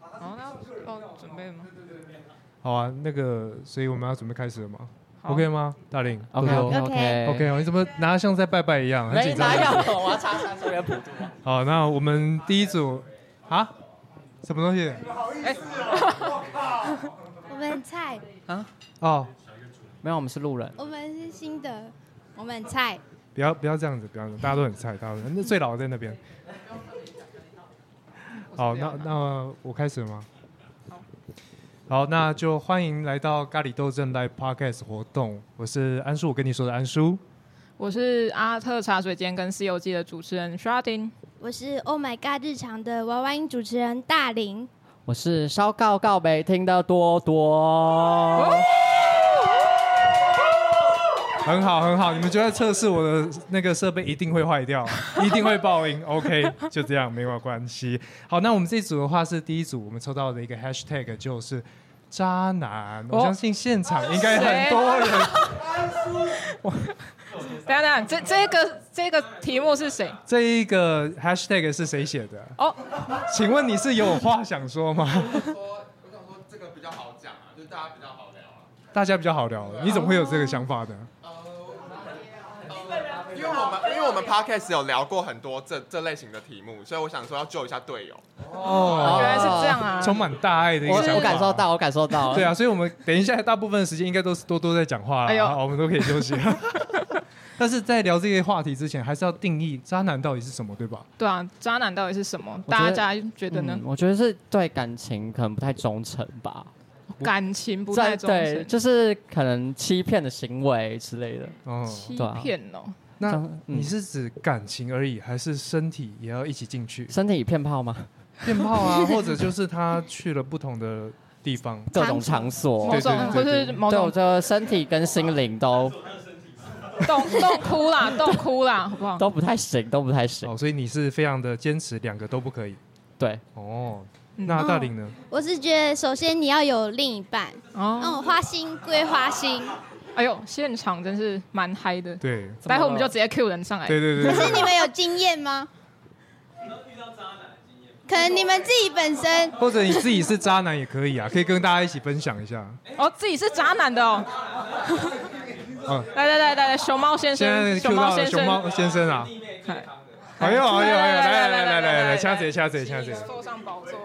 好，哦那要准备吗？好啊，那个，所以我们要准备开始了吗好？OK 吗，大林 OK OK OK OK 哦，你怎么拿得像在拜拜一样？很来紧张拿。药桶，我要擦擦这边普渡。好，那我们第一组啊，什么东西？我们啊很菜，哦，没有，我们是路人。我们是新的，我们很菜。不要不要这样子，不要这样，大家都很菜，大家都很那最老的在那边。好，那那我开始了吗？好，那就欢迎来到咖喱斗争 Live Podcast 活动，我是安叔，我跟你说的安叔。 我是阿特茶水间跟《西游记》的主持人 Sharding。我是 Oh My God 日常的娃娃音主持人大林。我是烧告告北听的多多。哦很好，很好，你们就在测试我的那个设备一定会 坏掉，一定会爆音。OK，就这样，没有关系。好，那我们这一组的话是第一组，我们抽到的一个 hashtag 就是渣男。我哦相信现场应该很多人。等一下等一下，这这个这个题目是谁？ 这一个 hashtag 是谁写的？哦，请问你是有话想说吗？我想说这个比较好讲啊，就大家比较好聊啊。大家比较好聊，你怎么会有这个想法呢？嗯因为我们因为我们 podcast 有聊过很多这这类型的题目，所以我想说要救一下队友。哦，原来是这样啊！充满大爱的一我个想法。我感受。到，我感受到。对啊，所以我们等一下大部分的时间应该都是多多在讲话了，哎呦好我们都可以休息。但是在聊这些话题之前，还是要定义渣男到底是什么，对吧？对啊，渣男到底是什么？我觉大得家觉得呢嗯？我觉得是对感情可能不太忠诚吧，感情不太忠对，诚，就是可能欺骗的行为之类的。哦，欺对啊骗哦。这那样嗯你是指感情而已，还是身体也要一起进 去？身体骗炮吗？电炮啊，或者就是他去了不同的地方。各种场所哦某对。种对就对是某对，我种觉得身体跟心灵都 动动哭啦，动哭啦，好不好？都不太行，都不太行。哦，所以你是非常的坚持，两个都不可以。对，哦，嗯那大林呢？我是觉得，首先你要有另一半，哦，哦，花心归花心，哎呦，现场真是蛮嗨的。对，待会我们就直接 Q 人上来。对对对可对，是你们有经验吗？可能你们自己 本身或者你自己是渣男也可以啊，可以跟大家一起分享一下。哦，自己是渣男的哦。嗯来来来来来，熊猫先现在生， Q 猫到了先熊生，猫先生啊，哎哎呦哎呦哎呦，来来来来来来来来来来，来掐指掐指掐指，坐上宝座。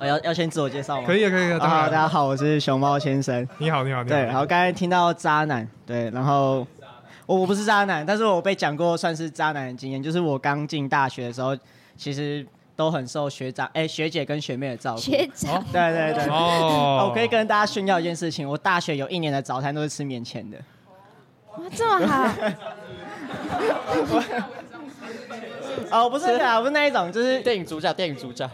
呃要要先自我介绍吗？可以。以啊可以啊，大大家家好，我是熊猫先生。你好你好你对，然好，后刚才听到渣男，对，然后我我不是渣男，但是我被讲过算是渣男的经验，就是我刚进大学的时候，其实都很受学长、哎、学姐跟学妹的照顾。学长，对对对。哦哦，我可以跟大家炫耀一件事情，我大学有一年的早餐都是吃免钱的。哇，这么好，哦，不是啊，不是那一种，就是电影主角，电影主角，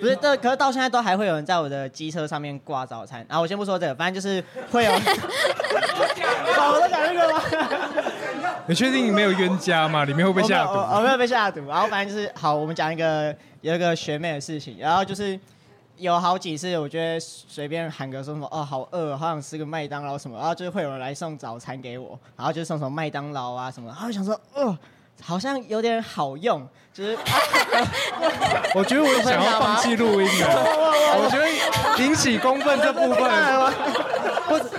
不是这，可是到现在都还会有人在我的机车上面挂早餐。啊，我先不说这个，反正就是会 有。哦，我在讲这个吗？你确定你没有冤家吗？里面会不会下我没有我毒？我没有被下毒。然后反正就是好，我们讲一个有一个学妹的事情，然后就是有好几次，我觉得随便喊个说什么哦，好饿，好想吃个麦当劳什么，然后就是会有人来送早餐给我，然后就送什么麦当劳啊什么，然后我想说哦。好像有点好用，就是、我觉得我想要放弃录音了，我觉得引起公愤这部分，或者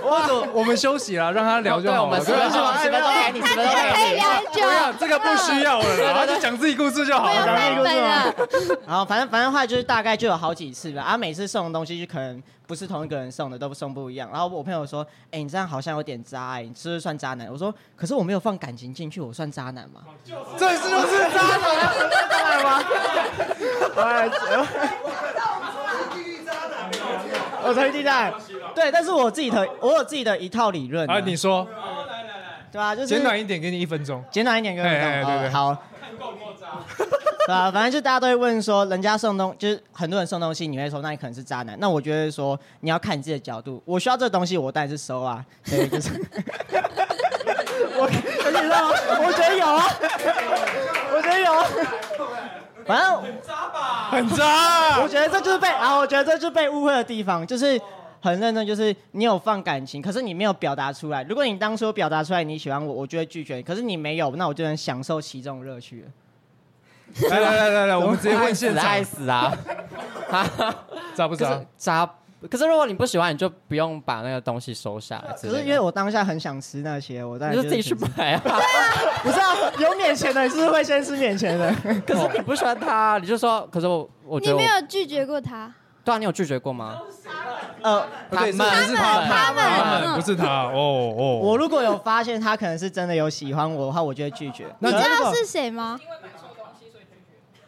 或者我们休息了，让他聊就好对我了们。十分钟，十分钟给哎你，十分钟还可给以你。聊啊不要久，啊这个不需要了啦，他就讲自己故事就好不了用。然版后本啊了。然啊后反正反正后来就是大概就有好几次吧，啊，每次送的东西就可能不是同一个人送的，都送不一样。然后我朋友说，哎、你这样好像有点渣、哎，你是不是算渣男？我说，可是我没有放感情进去，我算渣男吗？这是就是渣男，当然吗？我才地带，对，但是我自己的，我有自己的一套理论啊、啊，你说对吧、就是简短一点，给你一分钟。简短一点跟我哎哎讲，对对哦好。对啊，反正就大家都会问说，人家送东，就是很多人送东西，你会说，那你可能是渣男。那我觉得说，你要看你自己的角度。我需要这东西，我当然是收啊。对，就是。 我而且你知道吗？我觉得有啊，我觉得有啊。反正很渣我。觉得这就是被啊，我觉得这就是被误会的地方，就是很认真，就是你有放感情，可是你没有表达出来。如果你当初有表达出来你喜欢我，我就会拒绝你；可是你没有，那我就能享受其中的乐趣了。来来来来 来，我们直接问现死场啊爱，死啊！渣不可渣是？渣，可是如果你不喜欢，你就不用把那个东西收下来之啊可类的。是因为我当下很想吃那些，我当你然就自己去选择买啊。 不是啊，有免钱的，你是不是会先吃免钱 的？可是你不喜欢他，你就说，可是我我觉你得我没有拒绝过他，对啊，你有拒绝过吗？呃，不对，是他们是他他们他嗯们不是他哦哦。我如果有发现他可能是真的有喜欢我的话，我就会拒绝。你可知如道果是谁吗？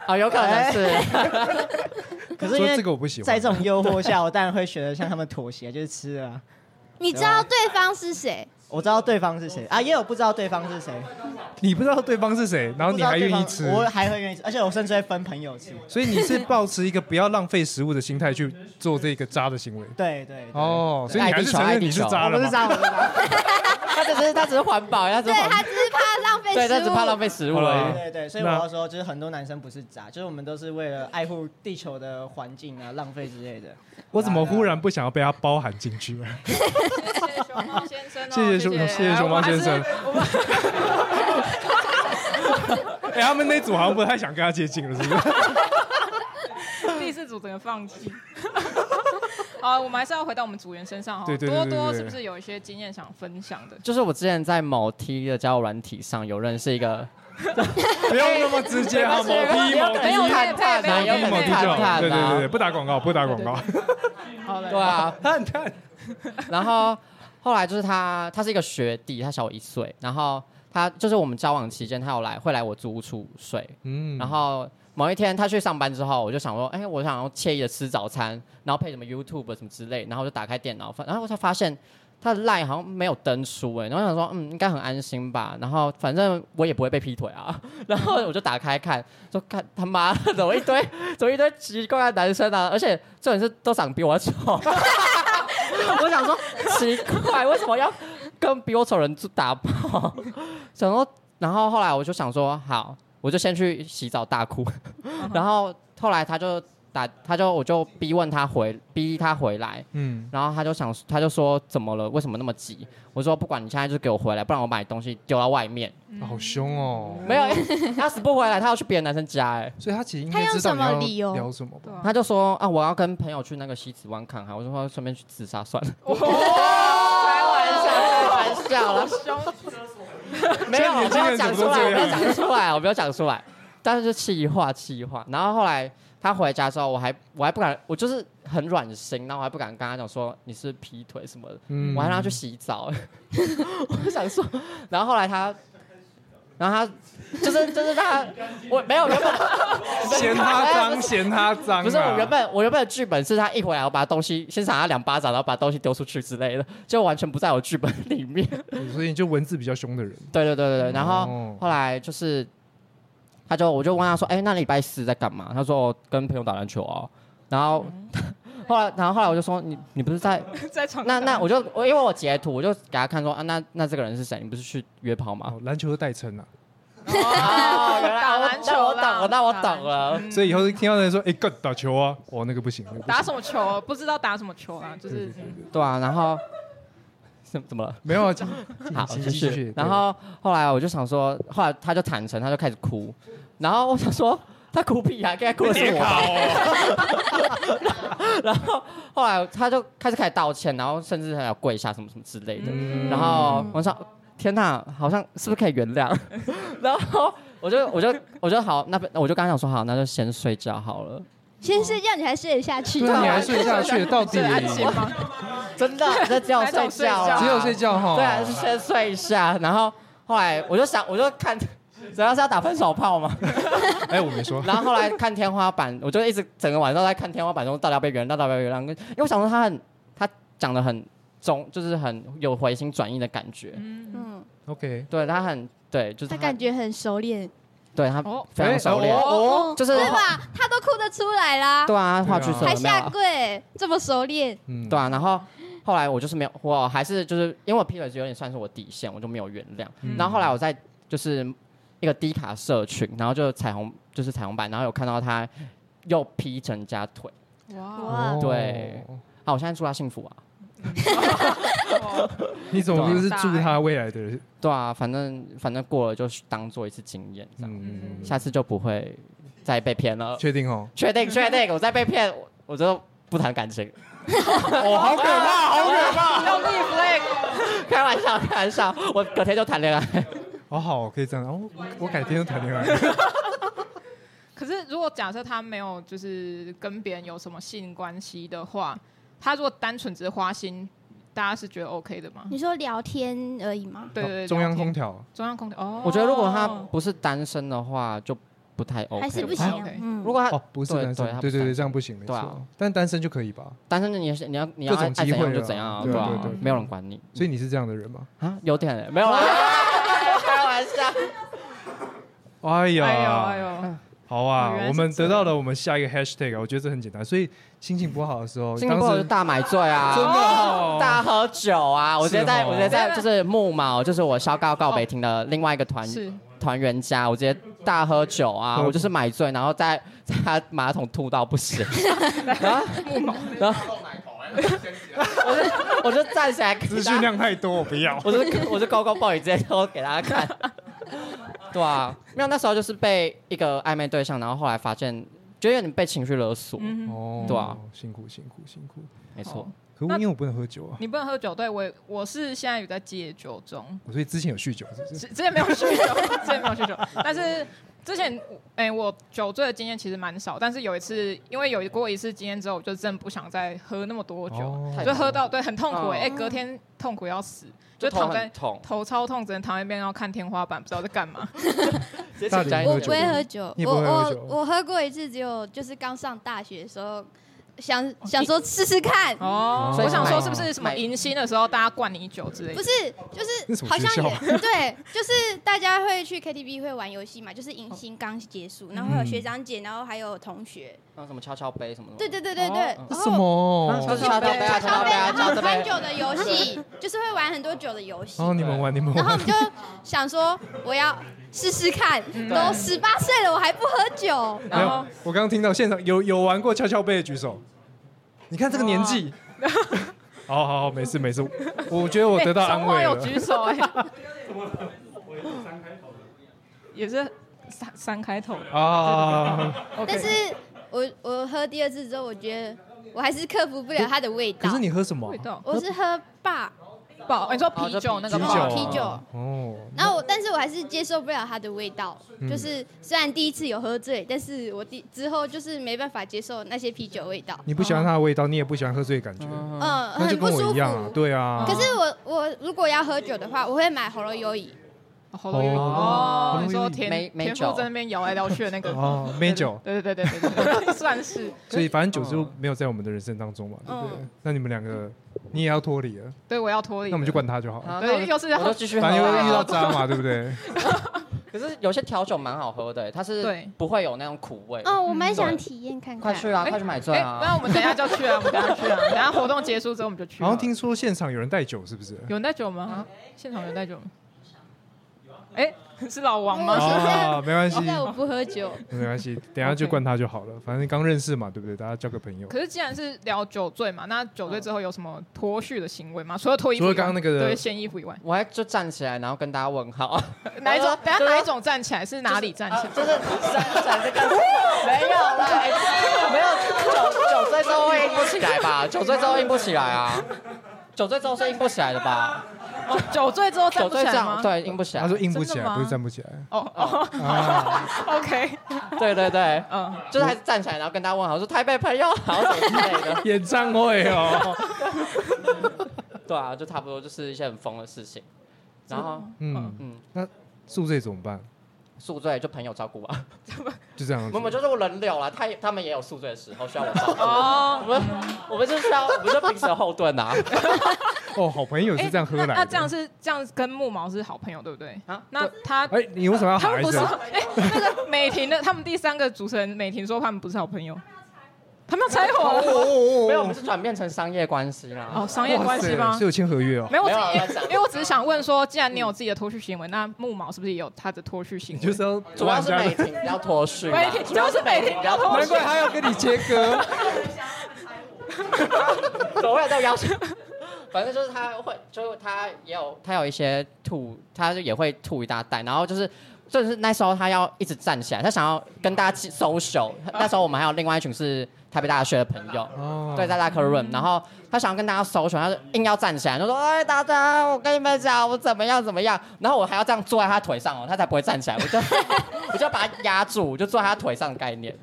啊，有可能是。 可是因说为这个我不喜欢在这种诱惑下，我当然会选择向他们妥协，就是吃了啊。你知道对方是谁？我知道对方是谁啊，也有不知道对方是谁，你不知道对方是谁，然后不哦你知道还对愿意方吃，我还会愿意吃，而且我甚至会分朋友吃。所以你是抱持一个不要浪费食物的心态去做这个渣的行 为。对对，对哦，啊所以你还是承认你是渣我了不是吗？渣， 我不是渣。他只是他只是环保，他只对是环他只是怕浪费对，他食只怕浪物。费食物而好已。对对，所以我那要说，就是很多男生不是渣，就是我们都是为了爱护地球的环境啊、浪费之类的。我怎么忽然不想要被他包含进去？啊谢熊猫先生哦，谢谢熊谢谢熊猫先生我们还是 哎，他们那组好像不太想跟他接近了，是不 是？我们第四组整个放弃。好，我们还是要回到我们组员身上哈。对对对多对多对是不是有一些经验想分享的？就是我之前在某 T 的交友软体上有认识一个，不用那么直接啊，某批某没有批太太没啊有某批没就有没有好。对对对对，不打广告，不打广告。好嘞，对啊，看 看， 然后后来就是他，他是一个学弟，他小我一岁，然后他就是我们交往期间，他有来会来我租屋处睡，嗯然后某一天他去上班之后，我就想说，哎、我想要惬意的吃早餐，然后配什么 YouTube 什么之类，然后我就打开电脑，反然后我才发现他的 line 好像没有登出、哎，然后我想说，嗯，应该很安心吧，然后反正我也不会被劈腿啊， 然后我就打开看，说看他妈的怎么一堆怎么一堆奇怪的男生啊，而且这点是都长得比我丑。 我想说奇怪，为什么要跟比我丑人去打炮？ 想说，然后后来我就想说，好，我就先去洗澡大哭。 然后后来他就打，他就我就逼问他回，逼他回来。嗯，然后他就想，他就说怎么了？为什么那么急？我说不管你现在就给我回来，不然我把你东西丢到外面。好凶哦。没有， 他死不回来，他要去别的男生家、哎，所以他其实应他该用知道什你么要理由聊什么吧对？啊他就说啊，我要跟朋友去那个西子湾看海。我就说顺便去自杀算了。开玩笑，开玩笑了， 没有，我现在年不轻要人怎讲么出都这来，我样不要讲出来，我不要讲出来。但是就气话气话，然后后来他回家之后，我还我还不敢，我就是很软心，然后我还不敢跟他讲说你是劈腿什么的，嗯我还让他去洗澡。 我就想说，然后后来他，然后他就是就是让他，我没有原本嫌他脏，嫌他脏啊。不是我原本我原本的剧本是他一回来，我把东西先赏他两巴掌，然后把东西丢出去之类的，就完全不在我剧本里面。 所以你就文字比较凶的人。对对对对对，然哦后后来就是，他就我就问他说，哎、那礼拜四在干嘛？他说我跟朋友打篮球啊。然后 后来，然后后来我就说你你不是在在场那那我就我因为我截图，我就给他看说啊那那这个人是谁？你不是去约炮吗？哦，篮球的代称啊，哦，原打来我篮球那我懂啦了，那我打篮懂了。嗯所以以后听到人说，哎、干打球啊，哦，那个不行，那个不行打什么球？不知道打什么球啊，就是对啊，然后 怎怎么了？没有啊，好，继嗯续继继续续。然后后来我就想说，后来他就坦诚，他就开始哭，然后我想说他哭屁啊，该哭的是我吧。哦 然后后来他就开始开始道歉，然后甚至还要跪下什么什么之类的。然后我说：“天呐，好像是不是可以原 谅？”然后我就我就我就好，那我就刚想说好，那就先睡觉好了。先睡觉，你还睡得下去？对啊，你还睡下去，到底最安静吗？真 的，这只有睡觉啊，只有睡觉哈？对啊，就先睡一下。然后后来我就想，我就看，主要是要打分手炮嘛。哎、我没 说，然后后来看天花板，我就一直整个晚上都在看天花板，说到底要被原谅，到底要被原谅。因为我想说他很，他讲的很中，就是很有回心转意的感觉。嗯， OK，对他很对，就是他感觉很熟练，对他哦非常熟练。哎哦就是对吧？他都哭得出来啦，对啊，话剧社还的没有下啊。跪，这么熟练，嗯，对啊，然后后来我就是没有，我还是就是因为我劈腿是有点算是我底线，我就没有原谅。嗯然后后来我在就是一个低卡社群，然后就彩虹就是彩虹版，然后有看到他又劈人家腿。哇，哦哇，对啊，我现在祝他幸福啊。你怎么不是祝他未来的？对啊，反正反正过了就当做一次经验，这样、嗯，下次就不会再被骗了。确定哦。确定确定，我再被骗，我我就不谈感 情。哦，好可怕，好可怕！用力 flag，开玩笑，开玩笑，我隔天就谈恋爱。哦，好，可以这样。哦，我我改天就谈恋爱。可是如果假设他没有就是跟别人有什么性关系的话，他如果单纯只是花心，大家是觉得 OK 的吗？你说聊天而已吗？ 对对对，中央了解空调，中央空调哦，我觉得如果他不是单身的话，就不太 OK。还是不不行行啊啊？嗯，如果他哦，不是对单对他身，不对对单对，身这样不行，没对啊错。但单身就可以吧？单身的你也是你要你要各爱种爱机怎会样就了怎样啊，对对啊啊对对，没有人管你所以你是这样的人吗？啊，有点欸 没有啦，开玩笑。哎呀，哎呦哎呦，好啊哦原，来我是们这得样到了我们下一个 hashtag，我觉啊得这很简单。所以心情不好的时候，新加坡就哦当时大买醉啊，真的哦大喝酒啊！我直接在是哦我直接在就是木马，就是我烧高告北亭的另外一个团是团员家，我直接大喝酒啊！喝我就是买醉，然后在 在他马桶吐到不 行，然后木马然后我就我就站起来 给资大讯家，量太多，我不要。我就我就高高抱你直接偷给大家看。 对啊，没有那时候就是被一个暧昧对象，然后后来发现，就有点被情绪勒索，嗯哦哼，哦，对啊，辛苦辛苦辛苦。没错。可我因为我不能喝酒啊，你不能喝酒，对我也我是现在有在戒酒中，我所以之前有酗酒，是不是？之之 前没有酗酒，之前没有酗酒，但是之前哎、我酒醉的经验其实蛮少，但是有一次，因为有过一次经验之后，我就真的不想再喝那么多酒，哦就喝到对很痛苦、哦哎、隔天痛苦要死，就头躺很在。痛，头超痛，只能躺在一边，然后看天花板，不知道在干嘛。直接大请假龄一喝个我酒不会喝酒，你也我不会喝酒我我喝过一次，只有就是刚上大学的时候，想想说试试看，哦，所以我想买说是不是什么买迎新的时候大家灌你酒之类不的？是就那是什么好像学校 也对，就是大家会去 KTV 会玩游戏嘛，就是迎新刚结束，然后会有学长姐，然后还有同学，那什么跷跷杯什么的。对对对对对，然哦这后什么？哦跷跷杯啊，跷然跷后杯啊，跷然跷后杯很。久的游戏，就是会玩很多久的游戏然，后哦你们玩，你们然后玩我们，就想说我要试试看，嗯都十八岁了我还不喝酒， 没然有后，我刚刚听到现场有有玩过跷跷杯的举手，你看这个年纪。哦 好好好，没事没事，我觉得我得到安慰 哎了中华有。举手哎、也是三三开头的。 啊！ OK 但是我我喝第二次之后，我觉得我还是克服不了它的味道。可是你喝什么味啊？道我是喝霸爆，哎你说哦啤这酒那啤个酒爆啊，啤酒哦，然后我但是我还是接受不了它的味道。嗯就是虽然第一次有喝醉，但是我第之后就是没办法接受那些啤酒味道，你不喜欢它的味道，你也不喜欢喝醉的感觉，嗯、那就很不跟我舒一样啊。服。对啊，可是我我如果要喝酒的话，我会买喉咙优饮。喉咙有点哦哦，你说田没没田酒馥甄那边摇来摇去的那个， 哦，美酒，对对对对对 对，算是所以反正酒就没有在我们的人生当中嘛，对不对？那你们两个，你也要脱离了，对我要脱离。那我们就，灌他就好了。啊对又是要我就继续喝反正又遇到啊。渣嘛，对不对？可是有些调酒蛮好喝的，欸它是对不会有那种苦味。哦，我嗯蛮想体验看快看。去啊，哎快去买醉哎，那啊！我们等一下就去啊，我们等一下去啊，等一下活动结束之后我们就去。好像听说现场有人带酒，是不是？有人带酒啊吗？现场有人带酒吗？哎， 是老王我吗？现在啊，没关 系哦现，哦在我不喝酒，没关系，等一下就 OK 灌他就好了。反正刚认识嘛，对不对？大家交个朋 友。可是既然是聊酒醉嘛，那酒醉之后有什么脱序的行为吗？除了脱衣服以除外，了刚刚那个对掀衣服以外，我还就站起来，然后跟大家问好。哪一种？等一下呃就是哪一种站起来是哪里站起来？就是站站着干什么？没有啦，哎没有酒酒醉之后会硬不起来吧？酒醉之后硬不起来啊！酒醉之后是硬不起来的吧？哦酒醉之后站呃酒不醉起这来样吗？对硬不起来他。说硬不起真的来，吗不是站不起来。哦 哦啊，OK，对对对，嗯。就是还是站起来，然后跟大家问好，说台北朋友好什么之类的。演唱会 哦，对啊，就差不多就是一些很疯的事情。然后，嗯，嗯，宿醉怎么办？宿醉就朋友照顾啊，就这样我们子。就是我轮流啦，他也他们也有宿醉的时候需要我照顾。我哦，们我们就需要，我们就彼此后盾啊。 哦，好朋友是哎，这样喝来的。那那这样是这样跟木毛是好朋友，对不对？啊那他哎，你为什么要他们喊一不是声？哎，那个美婷的他们第三个主持人美婷说他们不是好朋友，他们要拆伙哦了哦没有，我们是转变成商业关系啦哦，。商业关系哇吗塞是？有签合约哦没。有，我只没有啊乱讲因为我只是想问说，既然你有自己的脱序行为，那木毛是不是也有他的脱序行你为？就是要主要是美婷比较脱序啦，美婷主要是美婷比较脱难序，怪他要跟你切 割。总会都要求。反正就是他会，就是他也有他有一些吐，他就也会吐一大袋，然后就是真的是那时候他要一直站起来，他想要跟大家 social。那时候我们还有另外一群是台北大学的朋友，哦对，在 locker room，然嗯后他想要跟大家 social，他就硬要站起来，就说：“哎，大家，我跟你们讲，我怎么样怎么样。”然后我还要这样坐在他腿上哦，他才不会站起来，我就 我就把他压住，我就坐在他腿上的概念，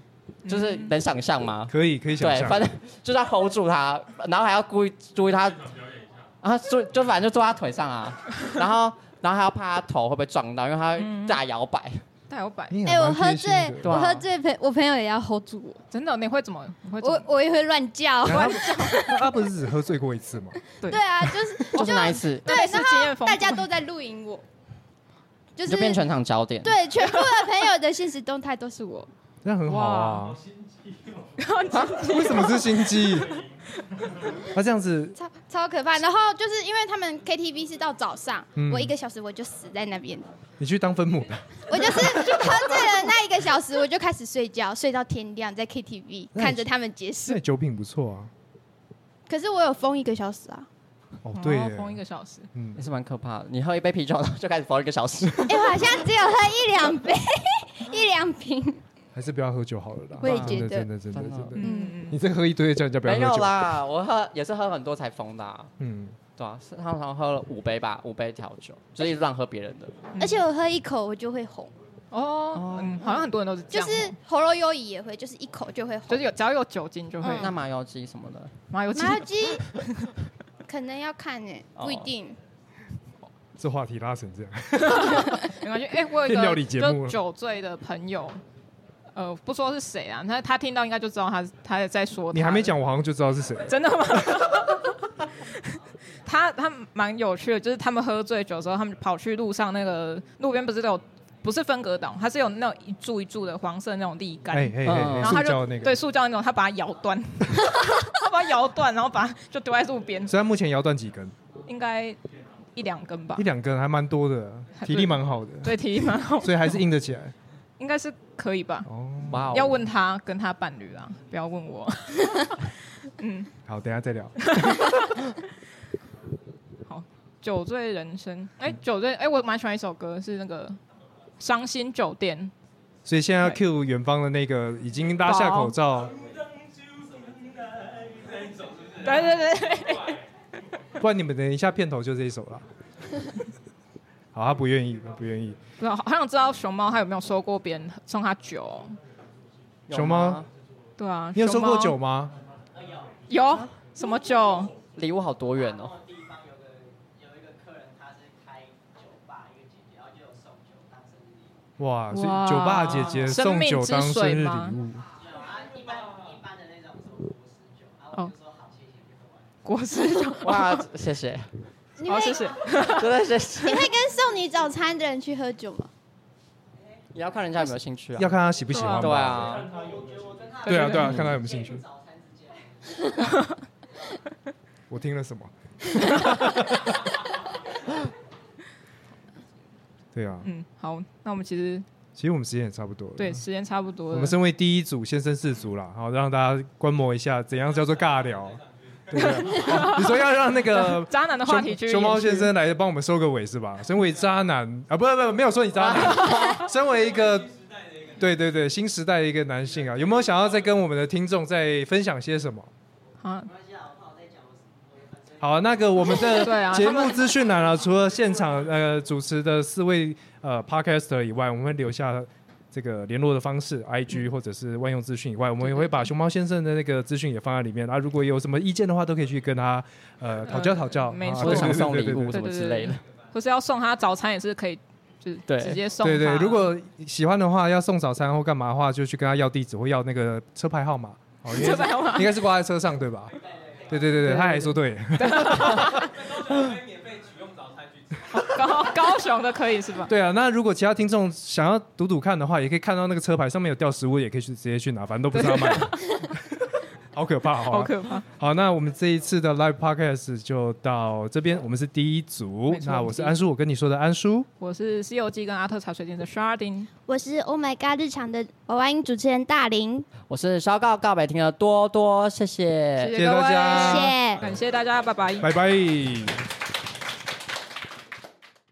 就是能想象吗？可以可以嗯想对，象反，正就是要 hold 住他，然后还要故意注意他，啊，就就反正就坐他腿上啊，然后然后还要怕他头会不会撞到，因为他嗯会大摇摆。大摇摆，你也哎、我蛮喝贴心醉，的对啊我喝醉，朋我朋友也要 hold 住我，真的你会怎么？你会怎我么？我也会乱叫。然后他他不是只喝醉过一次吗？对 啊，就是就是那一次，对，那是然经验后丰富大家都在录影我，就你是就变全场焦点。对全部的朋友的现实动态都是我。那很好啊。啊 为什么是心机？他这样子，超超可怕。然后就是因为他们 KTV 是到早上，嗯我一个小时我就死在那边，你去当分母的，我就是喝醉了那一个小时，我就开始睡觉，睡到天亮，在 KTV 那你看着他们结束这。酒品不错啊。可是我有封一个小时啊，哦，哦对封一耶，个小时，嗯也，是蛮可怕的。你喝一杯啤酒，然后就开始跑一个小时。 哎、我好像只有喝一两杯， 一两瓶。还是不要喝酒好了啦。我也真觉的得真的真的真的真的， 嗯，你这喝一堆叫人家不要没有喝酒。啦，我喝也是喝很多才疯的、啊，嗯，对啊，是他们好像喝了五杯吧，五杯调酒，就是一直乱喝别人的。而且我喝一口我就会红，哦，嗯，好像很多人都是这就样，是喉咙优怡也会，就是一口就会红。就是有只要有酒精就会嗯那麻油鸡什么的，麻油鸡，哦麻油鸡 可能要看诶、不一定。这话题拉成这样，没关系。哎，我有一变料理个节目就了酒醉的朋友，呃，不说是谁啊，他他听到应该就知道他他在说。你还没讲，我好像就知道是谁。真的吗？ 他他蛮有趣的，就是他们喝醉酒之后，他们跑去路上那个路边不是都有不是分隔岛，它是有那种一柱一柱的黄色那种立杆，哎哎哎，嗯然后塑他胶就那个。对，塑胶那种，他把它摇断， 他把它摇断，然后把它就丢在路边，所以他目前摇断几根，应该一两根吧一，两根还蛮 多的，体力蛮好的，对，体力蛮好，所以还是硬得起来。应该是可以吧。哦，哇、哦，要问他跟他伴侣啊，不要问我。 好，等一下再聊。酒醉人生，哎、酒醉，哎、我蛮喜欢一首歌，是那个《伤心酒店》。所以现在要 cue 远方的那个已经拉下口罩，对对对，不然你们等一下片头就这一首 了。好，他不愿意，他不愿意。不知道， 好想知道熊猫他有没有收过别人送他酒？哦有熊吗猫？对啊，你有收熊过猫酒？吗？有什么酒？礼物好多远哦。哇，所以哇酒吧姐姐生送命酒之当水生日吗礼物，哦，果汁酒。哇，谢谢，你好，会谢谢。真的谢谢。你会跟送你早餐的人去喝酒吗？也要看人家有没有兴趣啊。要看他喜不喜欢吧。对对啊，啊，嗯对啊，看他有没有兴趣。 我听了什么？ 对啊，嗯，好，那我们其实其实我们时间也差不多了。对时间差不多我了。们身为第一组先生四组啦，好让大家观摩一下怎样叫做尬聊。对啊、哦你说要让 那个渣男的话题去呃熊熊猫延续先生来帮我们收个尾是吧？身为渣男啊，不不不，没有说你 渣男，身为一个。对对对，新时代的一个男性啊，有没有想要再跟我们的听众再分享些什么？啊，好，那个我们 对的啊节他目们资讯栏啊，除了现场呃主持的四位呃 podcaster 以外，我们会留下这个联络的方式，IG 嗯或者是万用资讯以外，我们也会把熊猫先生的那个资讯也放在里面。啊，如果有什么意见的话，都可以去跟他呃讨教讨教。没啊错或对者对想送对礼对对物什么之类的。或是要送他早餐也是可以，就是对直接送他。对对， 如果喜欢的话，要送早餐或干嘛的话，就去跟他要地址或要那个车牌号码。哦，因为 车牌号码应该是挂在车上对吧？对对对对，他还说对。高高雄的可以是吧？对啊，那如果其他听众想要赌赌看的话，也可以看到那个车牌上面有吊食物，也可以去直接去拿，反正都不是他卖 的。好可怕，好、好啊、可怕。好，那我们这一次的 live podcast 就到这边，我们是第一组没。错那我是安叔，我跟你说的安叔，我是《西游记》跟阿特茶水间的 Sharding，我是 Oh My God 日常的娃娃音主持人大林，我是烧告告白听的多多，谢谢谢谢各位，大家谢谢。啊感谢大家，拜拜。拜拜。